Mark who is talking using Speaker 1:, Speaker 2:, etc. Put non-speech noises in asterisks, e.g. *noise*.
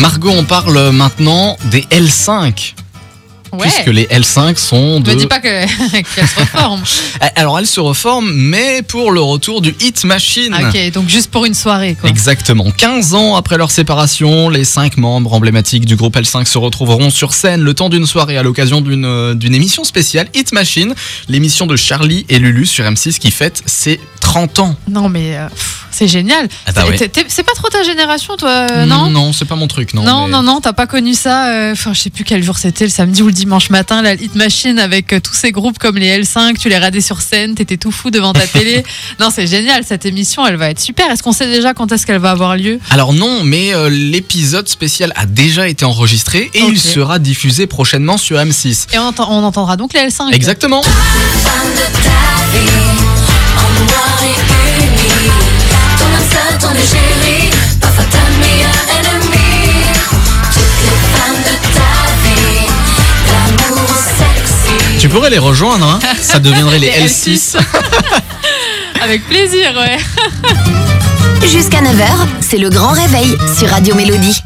Speaker 1: Margot, on parle maintenant des L5.
Speaker 2: Ouais.
Speaker 1: Puisque les L5 sont de. Eh,
Speaker 2: Me dis pas que *laughs* qu'elle se reforme.
Speaker 1: Alors elles se reforment, mais pour le retour du Hit Machine.
Speaker 2: Ah, ok, donc juste pour une soirée quoi.
Speaker 1: Exactement. 15 ans après leur séparation, les cinq membres emblématiques du groupe L5 se retrouveront sur scène le temps d'une soirée à l'occasion d'une euh, d'une émission spéciale Hit Machine, l'émission de Charlie et Lulu sur M6 qui fête ses 30 ans.
Speaker 2: Non mais euh, pff, c'est génial.
Speaker 1: Ah bah
Speaker 2: C'est-
Speaker 1: ouais.
Speaker 2: t'es- t'es- C'est pas trop ta génération toi, euh, non
Speaker 1: Non, c'est pas mon truc, non.
Speaker 2: non,
Speaker 1: mais-
Speaker 2: non, non, t'as pas connu ça. euh, Enfin, je sais plus quel jour c'était, le samedi ou le dimanche matin, la Hit Machine avec euh, tous ces groupes comme les L5, tu les radais sur scène, t'étais tout fou devant
Speaker 1: *laughs*
Speaker 2: ta télé. non, c'est génial, cette émission, elle va être super. Est-ce qu'on sait déjà quand est-ce qu'elle va avoir lieu
Speaker 1: Alors non, mais euh, l'épisode spécial a déjà été enregistré et
Speaker 2: Ok.
Speaker 1: il sera diffusé prochainement sur M6.
Speaker 2: Et on, entend- on entendra donc les L5.
Speaker 1: Exactement. Tu pourrais les rejoindre, hein ça deviendrait les L6.
Speaker 2: Avec plaisir, ouais.
Speaker 3: Jusqu'à 9h, c'est le grand réveil sur Radio Mélodie.